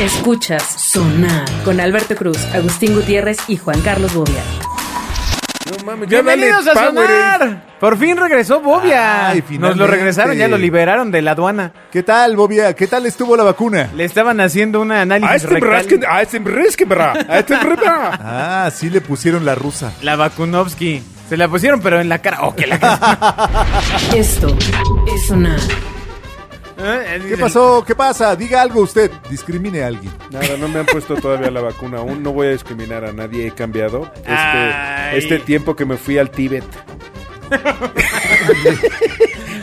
Escuchas Sonar con Alberto Cruz, Agustín Gutiérrez y Juan Carlos Bobia. No mames, ya dale ¡Bienvenidos a power, eh. Sonar! Por fin regresó Bobia. Ay, Nos lo finalmente. regresaron, ya lo liberaron de la aduana. ¿Qué tal, Bobia? ¿Qué tal estuvo la vacuna? Le estaban haciendo una análisis A este rectal. bras que- a este bras que bra, a este bra. Ah, sí le pusieron la rusa. La Vakunovsky. Se la pusieron, pero en la cara. ¡Oh, que la cara! Esto es Sonar. Eh, ¿Qué pasó? ¿Qué pasa? Diga algo usted. Discrimine a alguien. Nada, no me han puesto todavía la vacuna aún. No voy a discriminar a nadie. He cambiado este, Ay. este tiempo que me fui al Tíbet. eh,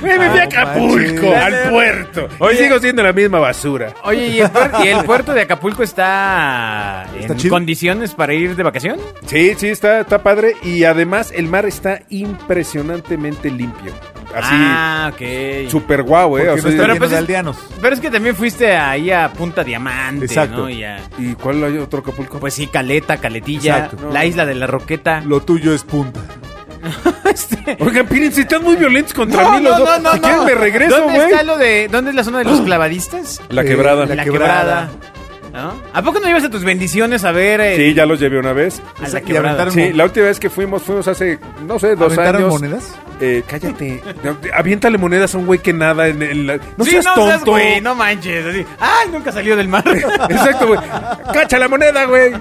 me, fui a Acapulco, al puerto. Hoy Oye. sigo siendo la misma basura. Oye, ¿y el, puer- y el puerto de Acapulco está, ¿Está en chido? condiciones para ir de vacación? Sí, sí, está, está padre. Y además el mar está impresionantemente limpio. Así, Ah, ok. super guau, ¿eh? Porque O sea, no está pero lleno pues de es- aldeanos. Pero es que también fuiste ahí a Punta Diamante, Exacto. ¿no? Y a- ¿Y cuál hay otro Acapulco? pues sí, Caleta, Caletilla, Exacto. la isla de la Roqueta. Lo tuyo es punta. Este- Oigan, Pirin, si están muy violentos contra No, mí los no, dos. no, no, Si quieren, no. me regreso, ¿Dónde está güey. lo de dónde es la zona de los clavadistas? La Eh, quebrada. la quebrada. ¿No? ¿A poco no llevas a tus bendiciones a ver eh, Sí, ya los llevé una vez. a la Y quebrada? aventaron- Sí, la última vez que fuimos, fuimos hace, no sé, dos ¿Aventaron años. monedas? Eh, cállate. No, te- Aviéntale monedas a un güey que nada. En, en la- No Sí, seas no tonto. Este, güey, no manches. así, Ay, nunca salió del mar. Exacto, güey. Cacha la moneda, güey.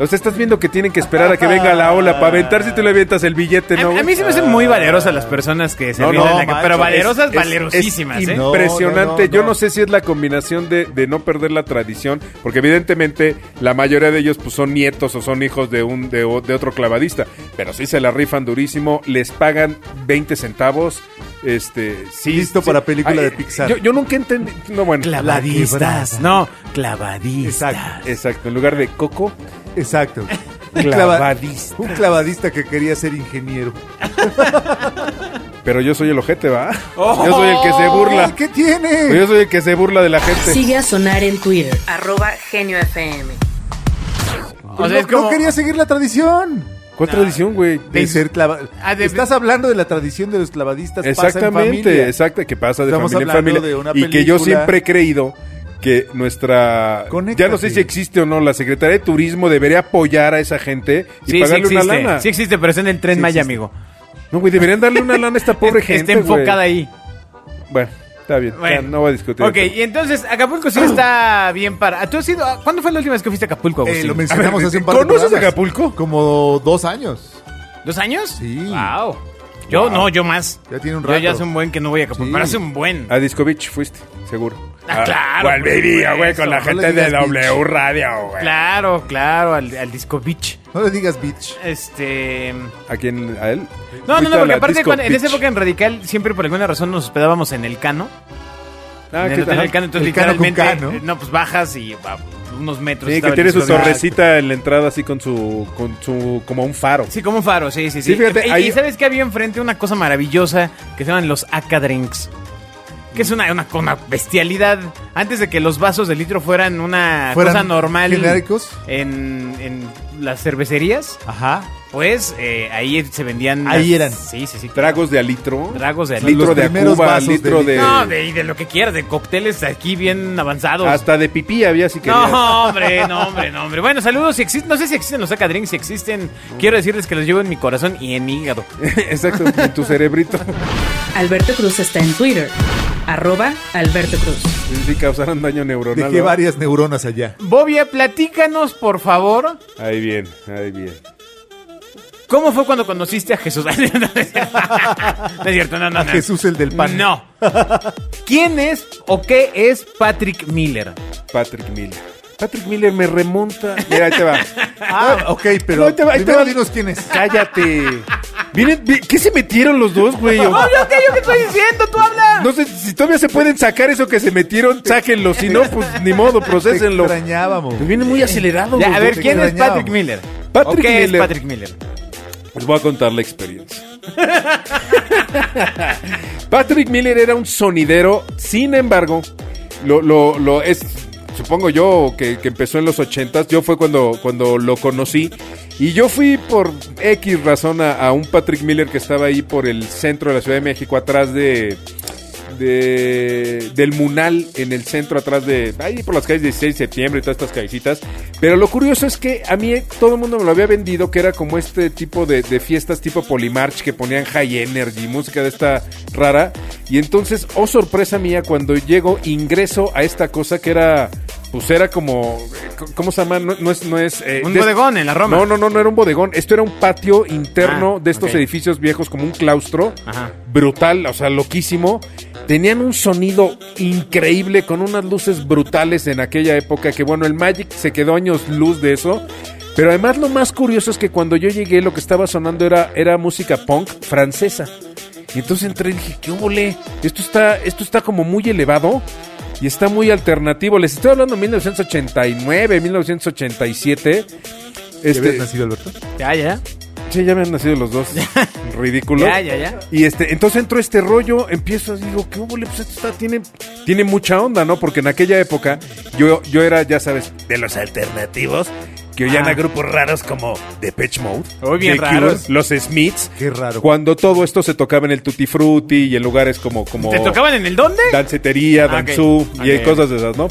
O sea, estás viendo que tienen que esperar a que venga la ola para aventar si tú le avientas el billete, A- ¿no? a, güey? mí se me hacen muy valerosas las personas que se No, ríen no, en la ca- Pero macho, valerosas, Es- es- valerosísimas, es ¿eh? no, Impresionante. no, no, no. Yo no sé si es la combinación de, de no perder la tradición, porque evidentemente la mayoría de ellos pues, son nietos o son hijos de un de, o- de otro clavadista, pero sí se la rifan durísimo, les pagan 20 centavos. Este, sí, Listo sí. para película de eh, Pixar. Yo, yo nunca entendí. No, bueno. Clavadistas, quebrada. no, clavadistas. Exacto. Exacto, en lugar de coco. Exacto. Un Clavadista. Un clavadista que quería ser ingeniero. Pero yo soy el ojete, ¿va? Yo soy el que se burla. ¿Qué tiene? Yo soy el que se burla de la gente. Sigue a Sonar en Twitter, arroba Genio FM. O sea, no, es como- no quería seguir la tradición. ¿Cuál tradición, güey? De ser clava... Ah, de- Estás hablando de la tradición de los clavadistas. Exactamente, exacto, que pasa de Estamos familia en hablando familia. de una y que yo película. siempre he creído que nuestra... Ya no sé Conéctate. si existe o no, la Secretaría de Turismo debería apoyar a esa gente y Sí, sí pagarle una existe. lana. Sí existe, pero es en el tren Sí Maya, existe. amigo. No, güey, deberían darle una lana a esta pobre Es- gente, Está enfocada güey. ahí. Bueno, está bien, ya Bueno. no voy a discutir. Ok, esto. y entonces Acapulco sí está bien para. ¿Tú has ido? a- ¿Cuándo fue la última vez que fuiste a Acapulco, Eh, Agustín? lo mencionamos A ver, hace un par de ¿conoces programas. Acapulco? Como dos años. ¿Dos años? Sí. Wow. Yo Wow. no, yo más. Ya tiene un Yo ya rato. hace un buen que no voy a Acapulco. Sí. Pero hace un buen. A Discovich fuiste, seguro. Ah, claro, Bueno, por vivía, güey, supuesto. con la No gente le de digas W bitch. Radio, güey. Claro, claro, al, al Disco Beach. No le digas bitch. Este. ¿A quién? ¿A él? No, no, Fuiste no, a porque la aparte Disco cuando- en esa Beach. época en Radical siempre por alguna razón nos hospedábamos en el Cano. Ah, en ¿qué el hotel tal? del Cano, entonces El Cano con literalmente. K, eh, ¿no? ¿no? pues bajas y a unos metros. Sí, estaba que el tiene su Disco Beach. torrecita en la entrada así con su, con su, como un faro. Sí, como un faro, sí, sí, Sí, sí. fíjate, y, y ahí- sabes que había enfrente una cosa maravillosa que se llaman los Acadrinks. Que es una, una, una bestialidad. Antes de que los vasos de litro fueran una ¿Fueran Ah, cosa normal. genéricos? En, en las cervecerías, Ajá. pues eh, ahí se vendían. Ahí las- eran. Sí, sí, sí. Tragos de alitro. Tragos de Al al litro Los de primeros Cuba, vasos litro de, de- No, de, y de lo que quieras, de cócteles aquí bien avanzados. hasta de pipí había si querías. No, hombre, no, hombre, no, hombre. Bueno, saludos. Si existen, no sé si existen los Acadrinks, si existen, quiero decirles que los llevo en mi corazón y en mi hígado. Exacto, en tu cerebrito. Alberto Cruz está en Twitter, arroba Alberto Cruz. Sí, causaron daño neuronal. Dejé ¿no? varias neuronas allá. Bobia, platícanos, por favor, Ahí bien, ahí bien. ¿cómo fue cuando conociste a Jesús? no es cierto, no, es cierto, no, no. A no. Jesús el del pan. No. ¿Quién es o qué es Patrick Miller? Patrick Miller. Patrick Miller me remonta. Mira, ahí te va. Ah, ok, pero ahí te va, ahí te primero va. dinos quién es. Cállate. Miren, vi- ¿qué se metieron los dos, güey? yo qué, yo qué estoy diciendo, tú habla. No sé, si todavía se pueden sacar eso que se metieron, sáquenlo. Si no, pues ni modo, Te procesenlo. extrañábamos. Me viene muy acelerado. Ya, los dos, a ¿eh? ver, te ¿quién es extrañaba. Patrick Miller? Patrick ¿O qué Miller. es Patrick Miller? Les voy a contar la experiencia. Patrick Miller era un sonidero, sin embargo, lo, lo- lo es, supongo yo, que, que empezó en los 80s, yo fue cuando, cuando lo conocí, y yo fui por X razón a, a un Patrick Miller que estaba ahí por el centro de la Ciudad de México, atrás de... de- del Munal en el centro, atrás de. Ahí por las calles 16 de septiembre y todas estas callecitas. Pero lo curioso es que a mí todo el mundo me lo había vendido, que era como este tipo de, de fiestas tipo Polimarch que ponían high energy, música de esta rara. Y entonces, oh sorpresa mía, cuando llego, ingreso a esta cosa que era. Pues era como. eh, ¿Cómo se llama? No, no es. No es eh, Un de- bodegón en la Roma. No, no, no, no era un bodegón. Esto era un patio interno Ah, de estos ok. edificios viejos, como un claustro Ajá. brutal, o sea, loquísimo. Tenían un sonido increíble con unas luces brutales en aquella época que bueno, el Magic se quedó años luz de eso. Pero además lo más curioso es que cuando yo llegué lo que estaba sonando era, era música punk francesa. Y entonces entré y dije, ¿qué ole? Esto está, esto está como muy elevado y está muy alternativo. Les estoy hablando de 1989, 1987. ¿Ya habías Este, nacido, Alberto? Ya, ya. Sí, ya me han nacido los dos. Ridículo. Ya, ya, ya. Y este, entonces entró este rollo, empiezo, digo, qué óvole, pues esto está, tiene, tiene mucha onda, ¿no? Porque en aquella época yo, yo era, ya sabes, de los alternativos, que oían Ah. a grupos raros como Depeche Mode, Uy, bien The raros. Cure, los Smiths. Qué raro. Cuando todo esto se tocaba en el Tutti Frutti y en lugares como... como ¿Te tocaban en el dónde? Dancetería, Ah, ok. danzú y Ok, ok. cosas de esas, ¿no?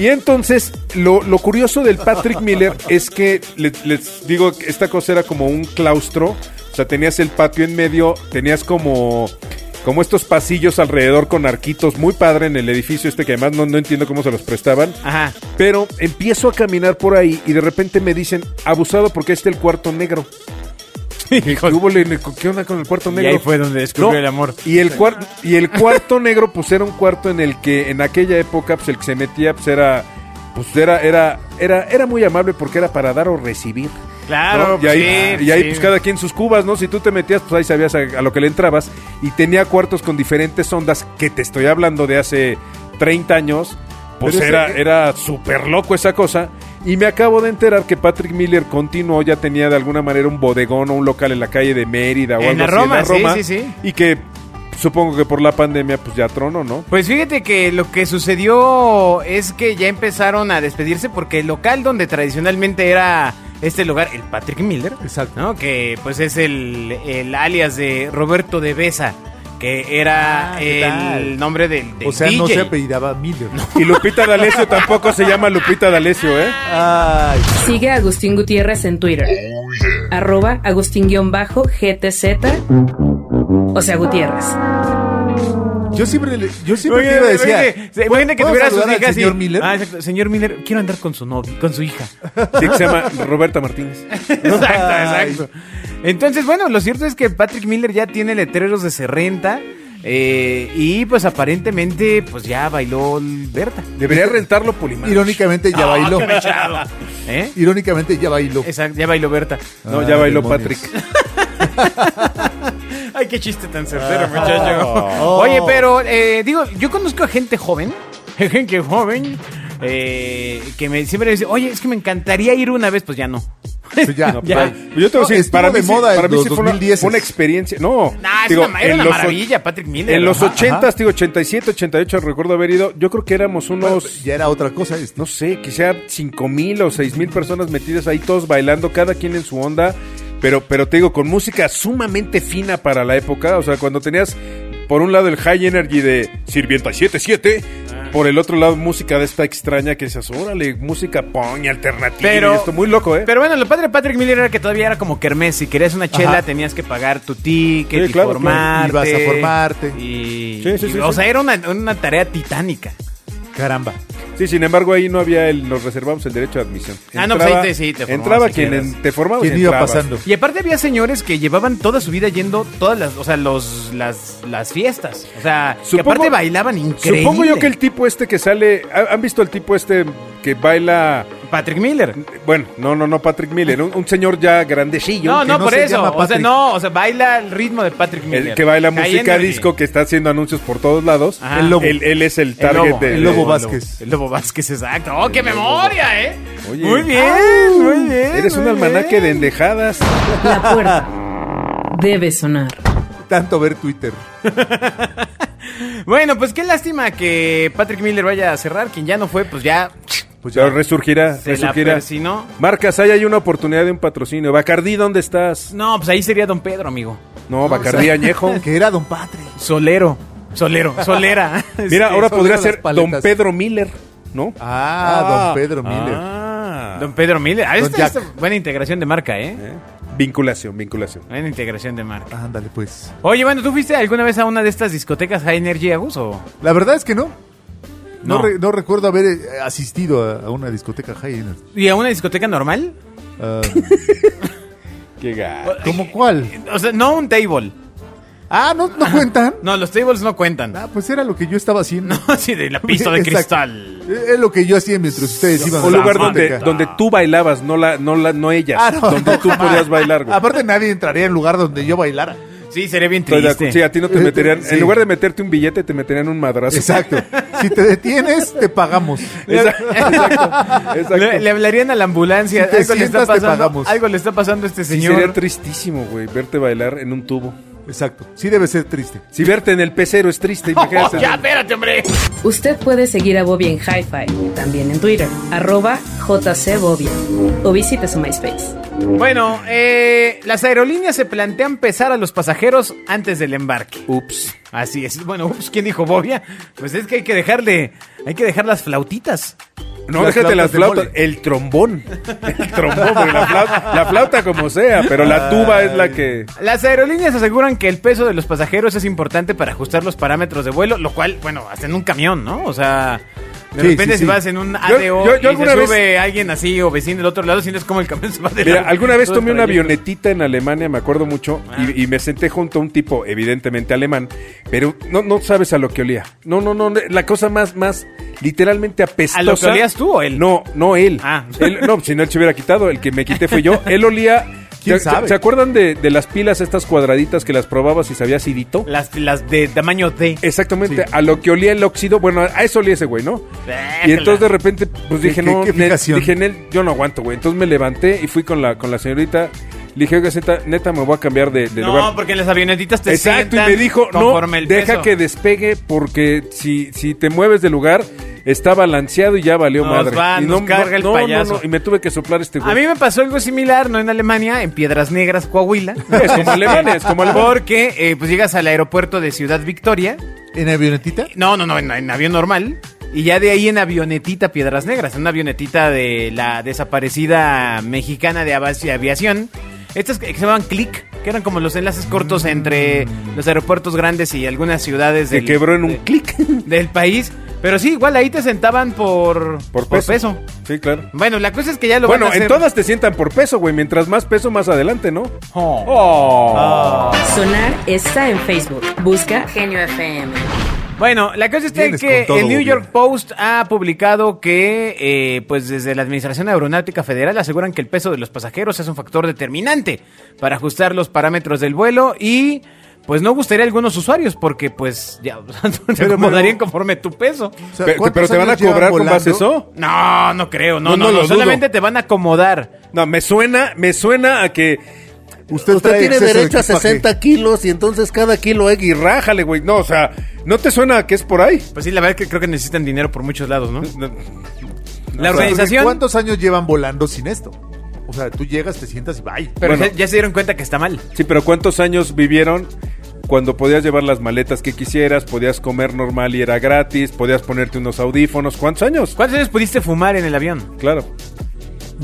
Y entonces, lo, lo curioso del Patrick Miller es que, le- les digo, que esta cosa era como un claustro, o sea, tenías el patio en medio, tenías como... Como estos pasillos alrededor con arquitos, muy padre en el edificio este que además no, no entiendo cómo se los prestaban. Ajá. Pero empiezo a caminar por ahí y de repente me dicen, abusado porque este es el cuarto negro. ¿Qué, hubo, le- ¿Qué onda con el cuarto Pues Y negro? ahí fue donde descubrió No, el amor. Y el, cuar- y el cuarto negro, pues era un cuarto en el que en aquella época, pues el que se metía, pues era. Pues era, era, era, era muy amable porque era para dar o recibir. ¿no? Claro, y ahí, Ah, sí, y ahí, sí. pues cada quien sus cubas, ¿no? Si tú te metías, pues ahí sabías a, a lo que le entrabas. Y tenía cuartos con diferentes ondas, que te estoy hablando de hace 30 años. Pues Pero era, ese- era súper loco esa cosa. Y me acabo de enterar que Patrick Miller continuó, ya tenía de alguna manera un bodegón o un local en la calle de Mérida o En algo así, la Roma, en sí, la Roma. sí, sí. Y que supongo que por la pandemia pues ya trono, ¿no? Pues fíjate que lo que sucedió es que ya empezaron a despedirse porque el local donde tradicionalmente era este lugar, el Patrick Miller, Exacto. ¿no? Que pues es el, el alias de Roberto de Besa, que era Ah, ¿qué el tal? nombre del, del O sea, no DJ. se apellidaba Miller. Y Lupita D'Alessio tampoco se llama Lupita D'Alessio, ¿eh? Ay, Sigue a Agustín Gutiérrez en Twitter. Arroba Agustín-GTZ. O sea, Gutiérrez. yo siempre, le- yo siempre Oye, te iba a oye, decir. "Ah, se- imagínate que tuviera sus hijas señor y- Miller? Ah, exacto, señor Miller, quiero andar con su novia, con su hija. Sí, que se llama Roberta Martínez. exacto, exacto. Entonces, bueno, lo cierto es que Patrick Miller ya tiene letreros de se renta. eh, y pues aparentemente, pues ya bailó Berta. Debería rentarlo Polimar. Irónicamente ya bailó. qué manchado. ¿Eh? Irónicamente ya bailó. Exacto, ya bailó Berta. No, Ah, ya bailó demonios. Patrick. Ay, qué chiste tan certero, muchacho. Oh. Ah. Oye, pero eh, digo, yo conozco a gente joven, gente joven, eh, que me, siempre me dice, oye, es que me encantaría ir una vez, pues ya no. Pues ya. No, Ya. pero- Yo te voy a decir, Estuvo para mí, de sí- moda en para mí los sí fue una, 2010. fue una experiencia. No, Nah, es digo, una, era en una los och- maravilla, Patrick Miller. En los Ajá. 80s, digo, 87, 88, recuerdo haber ido. Yo creo que éramos Bueno, pues, unos, ya era otra cosa. es- no sé, quizá 5 mil o 6 mil personas metidas ahí, todos bailando, cada quien en su onda. Pero, pero te digo, con música sumamente fina para la época. O sea, cuando tenías, por un lado, el high energy de Sirvienta 77, Ah. por el otro lado, música de esta extraña que dices, órale, música punk, alternativa. Pero- y esto muy loco, ¿eh? Pero bueno, lo padre de Patrick Miller era que todavía era como kermés. Si querías una chela, tenías que pagar tu ticket Sí, y claro, claro. formarte. Ibas a formarte. Y, Sí, sí, y- sí, o sí. sea, era una, una tarea titánica. Caramba. Sí, sin embargo, ahí no había el. Nos reservamos el derecho de admisión. Ah, no, pues ahí te- sí, te formabas Entraba si quien querías. en- te formaba. ¿Quién y iba entrabas. pasando? Y aparte había señores que llevaban toda su vida yendo todas las, o sea, los, las, las fiestas. O sea, que Supongo- aparte bailaban increíble. Supongo yo que el tipo este que sale. ¿ha- ¿Han visto el tipo este que baila? Patrick Miller. Bueno, no, no, no, Patrick Miller. Un, un señor ya grandecillo. No, que no, no por se eso. llama O sea, Patrick. no, o sea, baila el ritmo de Patrick Miller. El que baila High música energy. disco, que está haciendo anuncios por todos lados. Ajá. El lobo. Él, él es el target lobo, de. el lobo de- Vázquez. El Lobo Vázquez, exacto. ¡Oh, qué memoria, eh! Oye. muy bien, muy bien. Eres un eh, muy almanaque bien. de endejadas. La puerta debe sonar. Tanto ver Twitter. Bueno, pues qué lástima que Patrick Miller vaya a cerrar. Quien ya no fue, pues ya Pues ya. Pero resurgirá, se la resurgirá. persinó. Marcas, ahí hay una oportunidad de un patrocinio. Bacardí, ¿dónde estás? No, pues ahí sería Don Pedro, amigo. No, Bacardí añejo. Que era Don Patri. Solero. Solero, solera. Mira, Este, ahora solo podría las ser paletas. Don Pedro Miller, ¿no? Ah, Ah, don Pedro Miller. ah. Don Pedro Miller. Ah, Don esta- Jack. esta- buena integración de marca, ¿eh? ¿Eh? Vinculación, vinculación. Buena integración de marca. Ándale, pues. Oye, bueno, ¿tú fuiste alguna vez a una de estas discotecas High Energy Agus o? La verdad es que no. No, No. re- no recuerdo haber eh, asistido a, a una discoteca high end. ¿Y a una discoteca normal? Ah, Qué gato. ¿Cómo cuál? O sea, no un table. Ah, ¿no, no cuentan? No, los tables no cuentan. Ah, pues era lo que yo estaba haciendo. Así de la pista de Exacto. cristal. Eh, Es lo que yo hacía mientras ustedes iban a Un la lugar donde, discoteca. donde tú bailabas, no la, no la, no ellas. Ah, no, donde no, tú jamás. podías bailar, güey. Aparte nadie entraría en lugar donde yo bailara. Sí, sería bien Estoy de acu- triste. sí, a ti no te meterían. Sí. En lugar de meterte un billete, te meterían un madrazo. Exacto. si te detienes, te pagamos. Exacto. exacto, exacto. Le, le hablarían a la ambulancia. Si te algo, le está sientas, te pasando, pagamos. algo le está pasando a este Sí, señor. sería tristísimo, güey, verte bailar en un tubo. Exacto. Sí debe ser triste. Si verte en el pecero es triste, Oh, imagínate. ya, espérate, hombre. Usted puede seguir a Bobia en Hi-Fi, también en Twitter, arroba jcbobia, o visite su MySpace. Bueno, eh, las aerolíneas se plantean pesar a los pasajeros antes del embarque. Ups. Así es. Bueno, ups, ¿quién dijo Bobia? Pues es que hay que dejarle, hay que dejar las flautitas. No, Las déjate las flautas de flautas. El trombón. El trombón, güey, la flauta, la flauta como sea, pero la tuba es la que. Las aerolíneas aseguran que el peso de los pasajeros es importante para ajustar los parámetros de vuelo, lo cual, bueno, hasta en un camión, ¿no? O sea, de Sí, repente sí, si sí. vas en un yo ADO y alguna se vez- sube alguien así o vecino del otro lado, sientes como el camión se va de Mira, largo. alguna vez Todo el tomé una trayecto. avionetita en Alemania, me acuerdo mucho, Ah. y, y me senté junto a un tipo, evidentemente alemán, pero no, no sabes a lo que olía. No, no, no, la cosa más, más literalmente apestosa. ¿A lo que olías tú o él? No, no él. Ah. Él- no, si no él se hubiera quitado, el que me quité fue yo. Él olía. ¿Quién ¿Se- sabe? ¿Se acuerdan de, de las pilas estas cuadraditas que las probabas y sabías sidito? Las, las de tamaño Eh, D. Exactamente, a lo que olía el óxido, bueno, a eso olía ese güey, ¿no? Y entonces de repente, pues ¿Qué- dije, qué- no, qué Nel- fijación? dije, Nel, yo no aguanto, güey. Entonces me levanté y fui con la, con la señorita. Le dije, oiga, neta, neta, me voy a cambiar de, de no, lugar. porque las avionetitas te Exacto, y sientan me dijo, no, conforme el deja peso. que despegue porque si, si te mueves de lugar, está balanceado y ya valió Nos madre. va, y nos carga el payaso. y me tuve que soplar este güey. A mí me pasó algo similar, no en Alemania, en Piedras Negras, Coahuila. Es como Alemania, es como Alemania. Porque eh, pues llegas al aeropuerto de Ciudad Victoria. ¿En avionetita? No, no, no, en, en avión normal. Y ya de ahí en avionetita Piedras Negras, en una avionetita de la desaparecida mexicana de avas- aviación. Estas que que se llamaban Click, que eran como los enlaces cortos entre los aeropuertos grandes y algunas Mm. ciudades Se del, quebró en un de- clic. del país. Pero sí, igual ahí te sentaban por, Por por peso. Sí, claro. Bueno, la cosa es que ya lo bueno, van a hacer. en todas te sientan por peso, güey. Mientras más peso, más adelante, ¿no? Oh. Oh. Sonar está en Facebook. Busca Genio FM. Bueno, la cosa está en Vienes que con todo, el New obvio. York Post ha publicado que, eh, pues desde la Administración Aeronáutica Federal aseguran que el peso de los pasajeros es un factor determinante para ajustar los parámetros del vuelo y, pues no gustaría a algunos usuarios porque, pues, ya o sea, te pero- acomodarían conforme tu peso. O sea, Pe- ¿cuántos pero te van a años llevan cobrar con volando? base eso. No, no creo, no, no, No, no no, lo dudo. solamente te van a acomodar. No, me suena, me suena a que Usted, Usted trae tiene exceso de derecho a equipaje. 60 kilos y entonces cada kilo es y rájale, güey. No, o sea, ¿no te suena a que es por ahí? Pues sí, la verdad es que creo que necesitan dinero por muchos lados, ¿no? No, La O sea, organización... ¿Cuántos años llevan volando sin esto? O sea, tú llegas, te sientas y bye. Pero Bueno. ya, ya se dieron cuenta que está mal. Sí, pero ¿cuántos años vivieron cuando podías llevar las maletas que quisieras, podías comer normal y era gratis, podías ponerte unos audífonos? ¿Cuántos años? ¿Cuántos años pudiste fumar en el avión? Claro.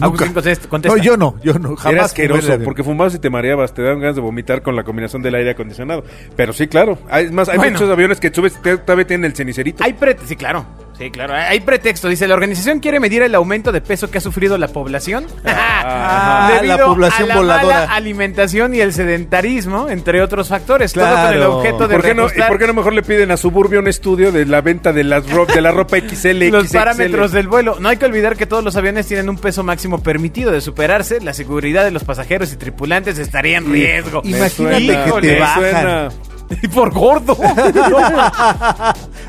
Agustín, contesta. No, yo no, yo no. Jamás era fumé en asqueroso, el porque fumabas y te mareabas, te daban ganas de vomitar con la combinación del aire acondicionado. Pero sí, claro. Hay- Es más, hay Bueno. muchos aviones que subes y te- todavía tienen el cenicerito. Hay pretexto, sí, claro. Sí, claro. Hay pretexto. Dice, la organización quiere medir el aumento de peso que ha sufrido la población. Ah, Debido la población a la mala voladora. alimentación y el sedentarismo, entre otros factores. Todo con el Claro. objeto ¿Y de por, qué no, ¿Y reajustar por qué no mejor le piden a Suburbia un estudio de la venta de, las ro- de la ropa XL, los XXL? parámetros del vuelo. No hay que olvidar que todos los aviones tienen un peso máximo permitido de superarse. La seguridad de los pasajeros y tripulantes estaría en riesgo. Me Imagínate suena, que te me bajan. suena. Y por gordo.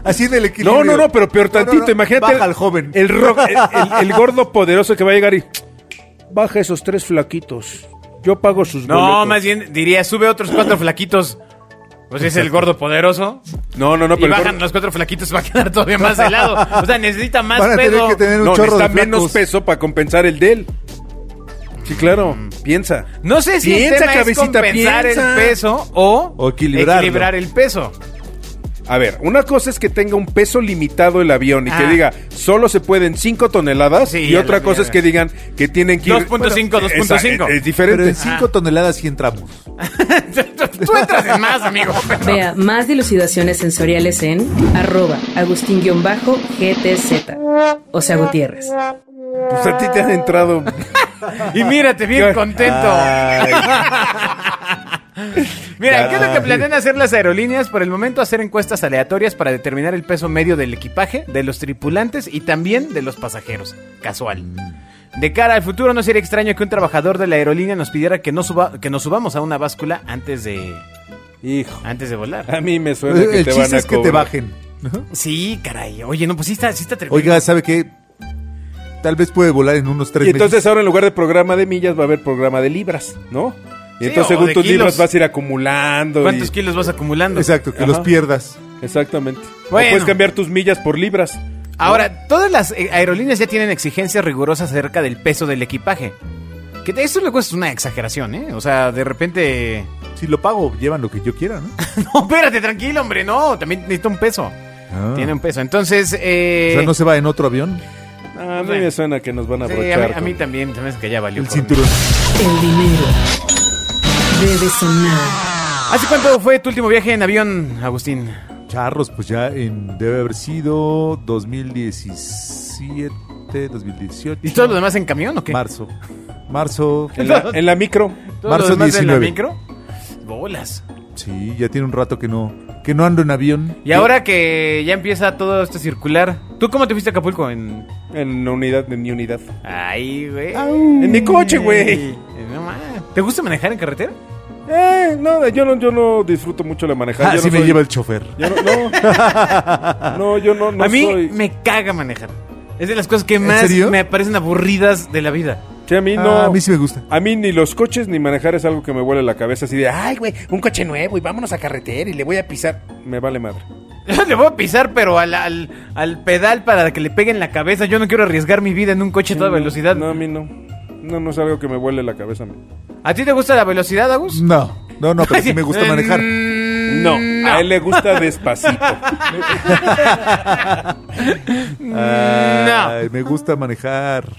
Así en el equilibrio. No, no, no, pero peor tantito, No, no, no, imagínate. Baja al joven. El, eh, ro- el- el- el gordo poderoso que va a llegar y. Baja esos tres flaquitos. Yo pago sus No, boletos". más bien diría, sube otros cuatro flaquitos. Pues es el gordo poderoso. No, no, no, y pero. el bajan gordo- los cuatro flaquitos, va a quedar todavía más helado. O sea, necesita más Van a tener pedo. que tener un no, chorro de necesita menos flacos. peso para compensar el de él. Sí, claro. Mm. Piensa. No sé si Piensa, el tema es cabecita, compensar piensa. el peso o, O equilibrarlo. equilibrar el peso. A ver, una cosa es que tenga un peso limitado el avión y que Ah. diga solo se pueden 5 toneladas Sí, y a otra la cosa es que digan que tienen que ir- 2.5, Bueno, esa- 2.5. Es, es Pero en diferente. 5 toneladas sí entramos. Tú entras en más, amigo. Vea más dilucidaciones sensoriales en arroba agustín-gtz. O sea, Gutiérrez. Pues a ti te han entrado. Y mírate bien contento. ah, Mira, ¿qué es lo que planean hacer las aerolíneas? Por el momento hacer encuestas aleatorias para determinar el peso medio del equipaje, de los tripulantes y también de los pasajeros. Casual. De cara al futuro no sería extraño que un trabajador de la aerolínea nos pidiera que, no suba, que nos subamos a una báscula antes de, Hijo. antes de volar. A mí me suena que El te van chiste a es que te cobrar. bajen. ¿no? Sí, caray. Oye, no, pues sí está, sí está tremendo. Oiga, ¿sabe qué? Tal vez puede volar en unos tres Y entonces meses. ahora en lugar de programa de millas va a haber programa de libras, ¿no? Y Sí, entonces o según de tus libras kilos. vas a ir acumulando. y- ¿Cuántos kilos vas acumulando? Exacto, que Ajá. los pierdas. Exactamente. O Bueno. puedes cambiar tus millas por libras. Ahora, todas las eh, aerolíneas ya tienen exigencias rigurosas acerca del peso del equipaje. Que eso luego es una exageración, ¿eh? O sea, de repente... Si lo pago, llevan lo que yo quiera, ¿no? No, espérate, tranquilo, hombre, no. También necesita un peso. Ah. Tiene un peso. Entonces, eh... O sea, no se va en otro avión. Ah, a mí Bueno. me suena que nos van a sí, brochar. a, mí, a con- mí también, también es que ya valió. El por mí. cinturón. El dinero debe sonar. ¿Hace cuánto fue tu último viaje en avión, Agustín? Charros, pues ya en, debe haber sido 2017, 2018. ¿Y todo lo demás en camión o qué? Marzo. Marzo. En la, en la micro. ¿Todo marzo lo demás en la 19. micro? Bolas. Sí, ya tiene un rato que no, que no ando en avión. Y ahora que ya empieza todo esto a circular, ¿tú cómo te fuiste a Acapulco? En... En unidad, en mi unidad. Ay, güey. En mi coche, güey. No mames. ¿Te gusta manejar en carretera? Eh, no, yo no, yo no disfruto mucho la manejada. Ah, yo sí no me soy- lleva el chofer. yo no, no. No, yo no, no a mí soy- me caga manejar. Es de las cosas que más serio? me parecen aburridas de la vida. Sí, a mí no. Ah, a mí sí me gusta. A mí ni los coches ni manejar es algo que me huele la cabeza así de, ay, güey, un coche nuevo y vámonos a carretera y le voy a pisar. me vale madre. Le voy a pisar, pero al, al, al pedal para que le peguen la cabeza. Yo no quiero arriesgar mi vida en un coche a toda No, velocidad. No, a mí no. No, no es algo que me huele la cabeza. a mí. Mm, ¿A ti te gusta la velocidad, Agus? Mm, No, no, no, pero sí Mm, me gusta manejar. No, a él le gusta despacito. Ay, me gusta manejar.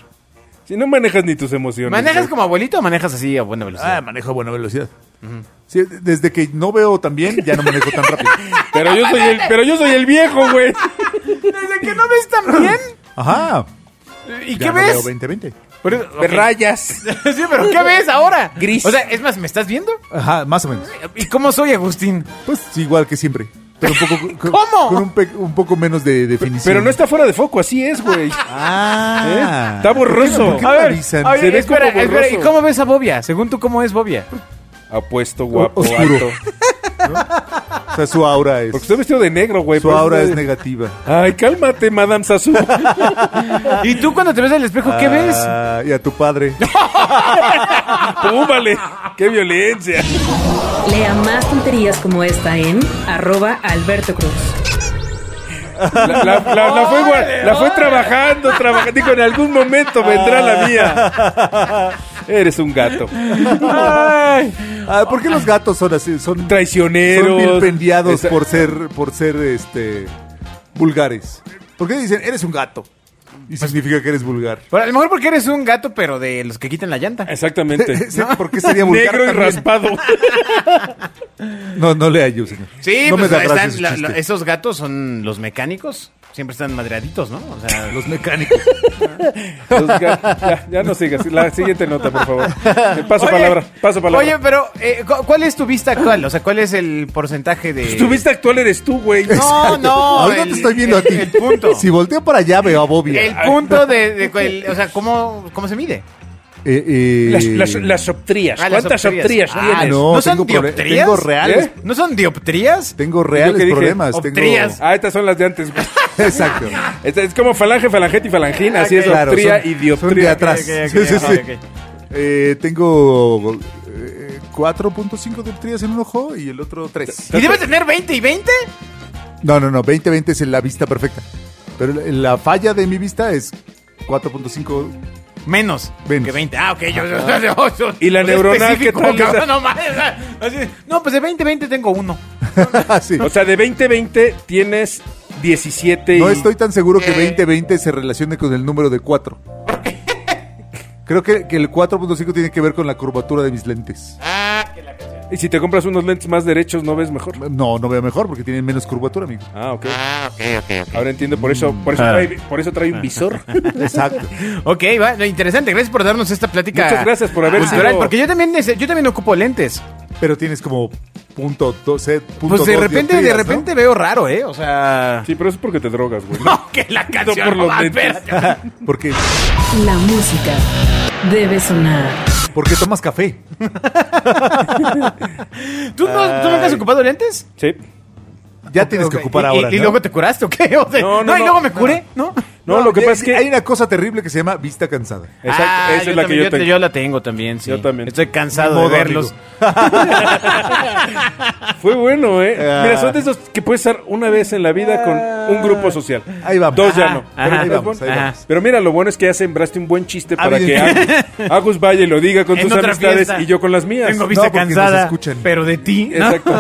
Si no manejas ni tus emociones. ¿Manejas güey. como abuelito o manejas así a buena Ah, velocidad? manejo a buena velocidad. Sí, desde que no veo tan bien, ya no manejo tan rápido. Pero yo soy el, pero yo soy el viejo, güey. ¿Desde que no ves tan bien? Ajá. ¿Y Ya qué no Veo ves? 2020. Pero- ok. Rayas. sí, pero ¿qué ves ahora? Gris. O sea, es más, ¿me estás viendo? Ajá, más o menos. ¿Y cómo soy, Agustín? Pues sí, igual que siempre. Pero un poco. con- con- ¿Cómo? Con un, pe- un poco menos de definición. Pero no está fuera de foco, así es, güey. Ah. ¿Eh? Está borroso. ¿Por qué, por qué A ver, analizan? a ver, Se ve espera, como espera, ¿y borroso. cómo ves a Bobia? Según tú, ¿cómo es Bobia? Apuesto, guapo, Oscuro. alto. O sea, su aura es. Porque estoy vestido de negro, güey. Su por eso aura estoy- es negativa. Ay, cálmate, Madame Sasu. ¿Y tú cuando te ves al espejo, qué ves? Ah, y a tu padre. ¡Púmbale! ¡Qué violencia! Lea más tonterías como esta en arroba Alberto Cruz. La, la- la- la fue, gua- la fue trabajando, trabajando. Dijo, en algún momento vendrá la mía. Eres un gato. Ah, ¿Por qué los gatos son así? Son, son Traicioneros. vilpendiados Esa- por ser, por ser este vulgares. ¿Por qué dicen eres un gato? Y Pues- significa que eres vulgar. Bueno, a lo mejor porque eres un gato, pero de los que quitan la llanta. Exactamente. Sí, ¿Por qué sería vulgar? Negro y también? raspado. No, no le ayudo, señor. Sí, no pues me da están- gracia su la- chiste. la- esos gatos son los mecánicos. Siempre están madreaditos, ¿no? O sea, Los mecánicos. Los ga- ya, ya no sigas. La siguiente nota, por favor. Paso Oye, palabra. Paso palabra. Oye, pero eh, cu- ¿cuál es tu vista actual? O sea, ¿cuál es el porcentaje de...? tu vista actual eres tú, güey. No, no. Ahorita el- te estoy viendo el- a ti. el punto. Si volteo para allá veo a Bobby. El Ah, punto de... de cuál- o sea, ¿cómo, ¿cómo se mide? Pues, Eh, eh, Las, las, las optrías. Ah, las ¿Cuántas optrías. optrías Ah, tienes? no, ¿No son tengo, proble- dioptrías? tengo reales, ¿Eh? ¿No son dioptrías? tengo ¿Yo reales qué dije? problemas. Tengo... Optrías. Ah, estas son las de antes. güey. Exacto. Esta es como falange, falangeta y falangina. Así es, Claro, dioptría son- y son de dioptría. atrás. Ok, ok, Sí, sí, ok, sí. ok. Eh, tengo eh, 4.5 dioptrías en un ojo y el otro 3. ¿Y debe tener 20 y 20? No, no, no, 20-20 es la vista perfecta. Pero la- la falla de mi vista es 4.5 Menos, Menos. que 20. Ah, ok, yo. yo- yo- yo- ¿Y la yo neuronal específico, qué tal? cabrón, no, mames, o sea, así, no, pues de 20, 20 tengo uno. Sí. O sea, de 2020 tienes 17 y... No estoy tan seguro que 2020 se relacione con el número de 4. Creo que, que el 4.5 tiene que ver con la curvatura de mis lentes. y si te compras unos lentes más derechos, ¿no ves mejor? No, no veo mejor porque tienen menos curvatura, amigo. Ah, ok. Ahora entiendo, por eso, por eso, Ah. trae, por eso trae un visor. Exacto. Ok, va, no, interesante. Gracias por darnos esta plática. Muchas gracias por haber cultural, sido- Porque yo también, nece- yo también ocupo lentes. Pero tienes como punto 12, punto Pues de dos repente, de dioptrías, ¿no? repente veo raro, ¿eh? O sea. Sí, pero eso es porque te drogas, güey. No, que la canción. por los va, lentes. espérate. Porque, La música debe sonar. porque tomas café. ¿Tú, no, ¿Tú nunca has ocupado lentes? Sí. Ya tienes que Ok, ocupar y- ahora. Y, y ¿no? luego te curaste o qué? O sea, No, no, no, y no, luego me no. curé, ¿no. No, lo que ya- pasa es que... Hay una cosa terrible que se llama vista cansada. Exacto, Ah, esa es la también- que yo tengo. Yo la tengo también, sí. Yo también. Estoy cansado Ni modo, de verlos. amigo. Fue bueno, ¿eh? Ah. Mira, son de esos que puedes estar una vez en la vida con un grupo social. Ah. Ahí vamos. Dos ya Ah, Ajá, no. ajá. Pero, Ahí pues, vamos, ahí ajá. vamos. Pero mira, lo bueno es que ya sembraste un buen chiste para que Evidente. Agus, Agus vaya y lo diga con Ah, En tus otra amistades fiesta. y yo con las mías. Tengo vista porque nos cansada, escuchan. pero de ti. ¿no? Exacto.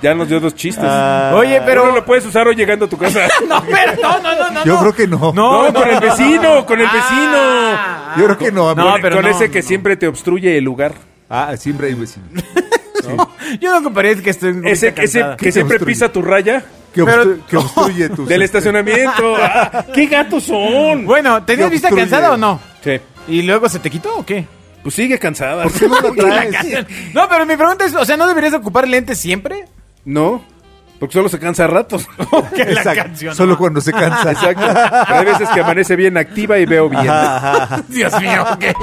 ya nos dio dos chistes. Ah. Oye, pero pero- no lo puedes usar hoy llegando a tu casa. No, pero no, no, no, no. Yo Ah, no. creo que No, no. No, no, con el no, vecino, con el vecino. Ah. Yo creo que no, amigo. No, pero con ese no, que no. siempre te obstruye el lugar. Ah, siempre hay vecino. Yo no comparé que estoy con Ese, vista ese cansada. que siempre obstruye? pisa tu raya Que, Pero- obstru- que obstruye este, tu... del estacionamiento. Ah, ¡Qué gatos son! Bueno, ¿tenías que vista obstruye. cansada o no? Sí. ¿Y luego se te quitó o qué? Pues sigue cansada. ¿Por qué no la La traes? canción. No, pero mi pregunta es, o sea, ¿no deberías ocupar lentes siempre? No, porque solo se cansa a ratos. Que la Exacto. canción. Solo cuando se cansa. Exacto. Pero hay veces que amanece bien activa y veo bien. Dios mío, ok. Eh,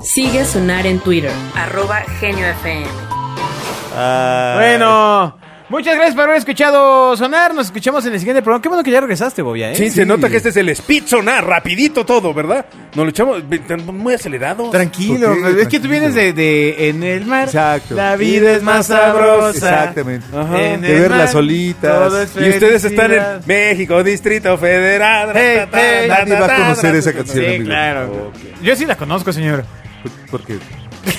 Sigue a sonar en Twitter. Arroba Genio FM. Ah, Bueno, muchas gracias por haber escuchado sonar. Nos escuchamos en el siguiente programa. Qué bueno que ya regresaste, Bobia, ¿eh? Sí, se nota que este es el speed sonar, rapidito todo, ¿verdad? Nos lo echamos ve- tan- muy acelerado. Pues, Tranquilo, Ok, es que tú tranquilo. vienes de, de en el mar. Exacto. La vida es más sabrosa. Exactamente. Ajá. De verlas solitas. Y ustedes están felicidad. en México, Distrito Federal. Hey, ra, ta, ta, hey. ta, Nadie ta, va a ta, conocer ta, esa ta, ta. canción. Sí, amigo. claro. Yo sí la conozco, señor. Por- Porque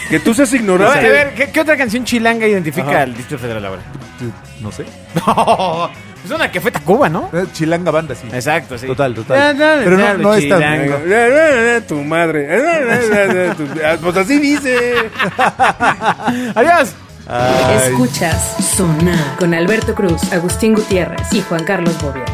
Que tú seas A ignorante. ver, ¿qué, qué otra canción chilanga identifica Ajá. al Distrito Federal ahora? te- no sé. No, es una que fue Tacuba, ¿no? Eh, Chilanga banda, sí. Exacto, sí. Total, total. Pero no- no es tan- Chilango. Tu madre. Ah, Pues así dice. Adiós. Escuchas Sonar con Alberto Cruz, Agustín Gutiérrez y Juan Carlos Bobia.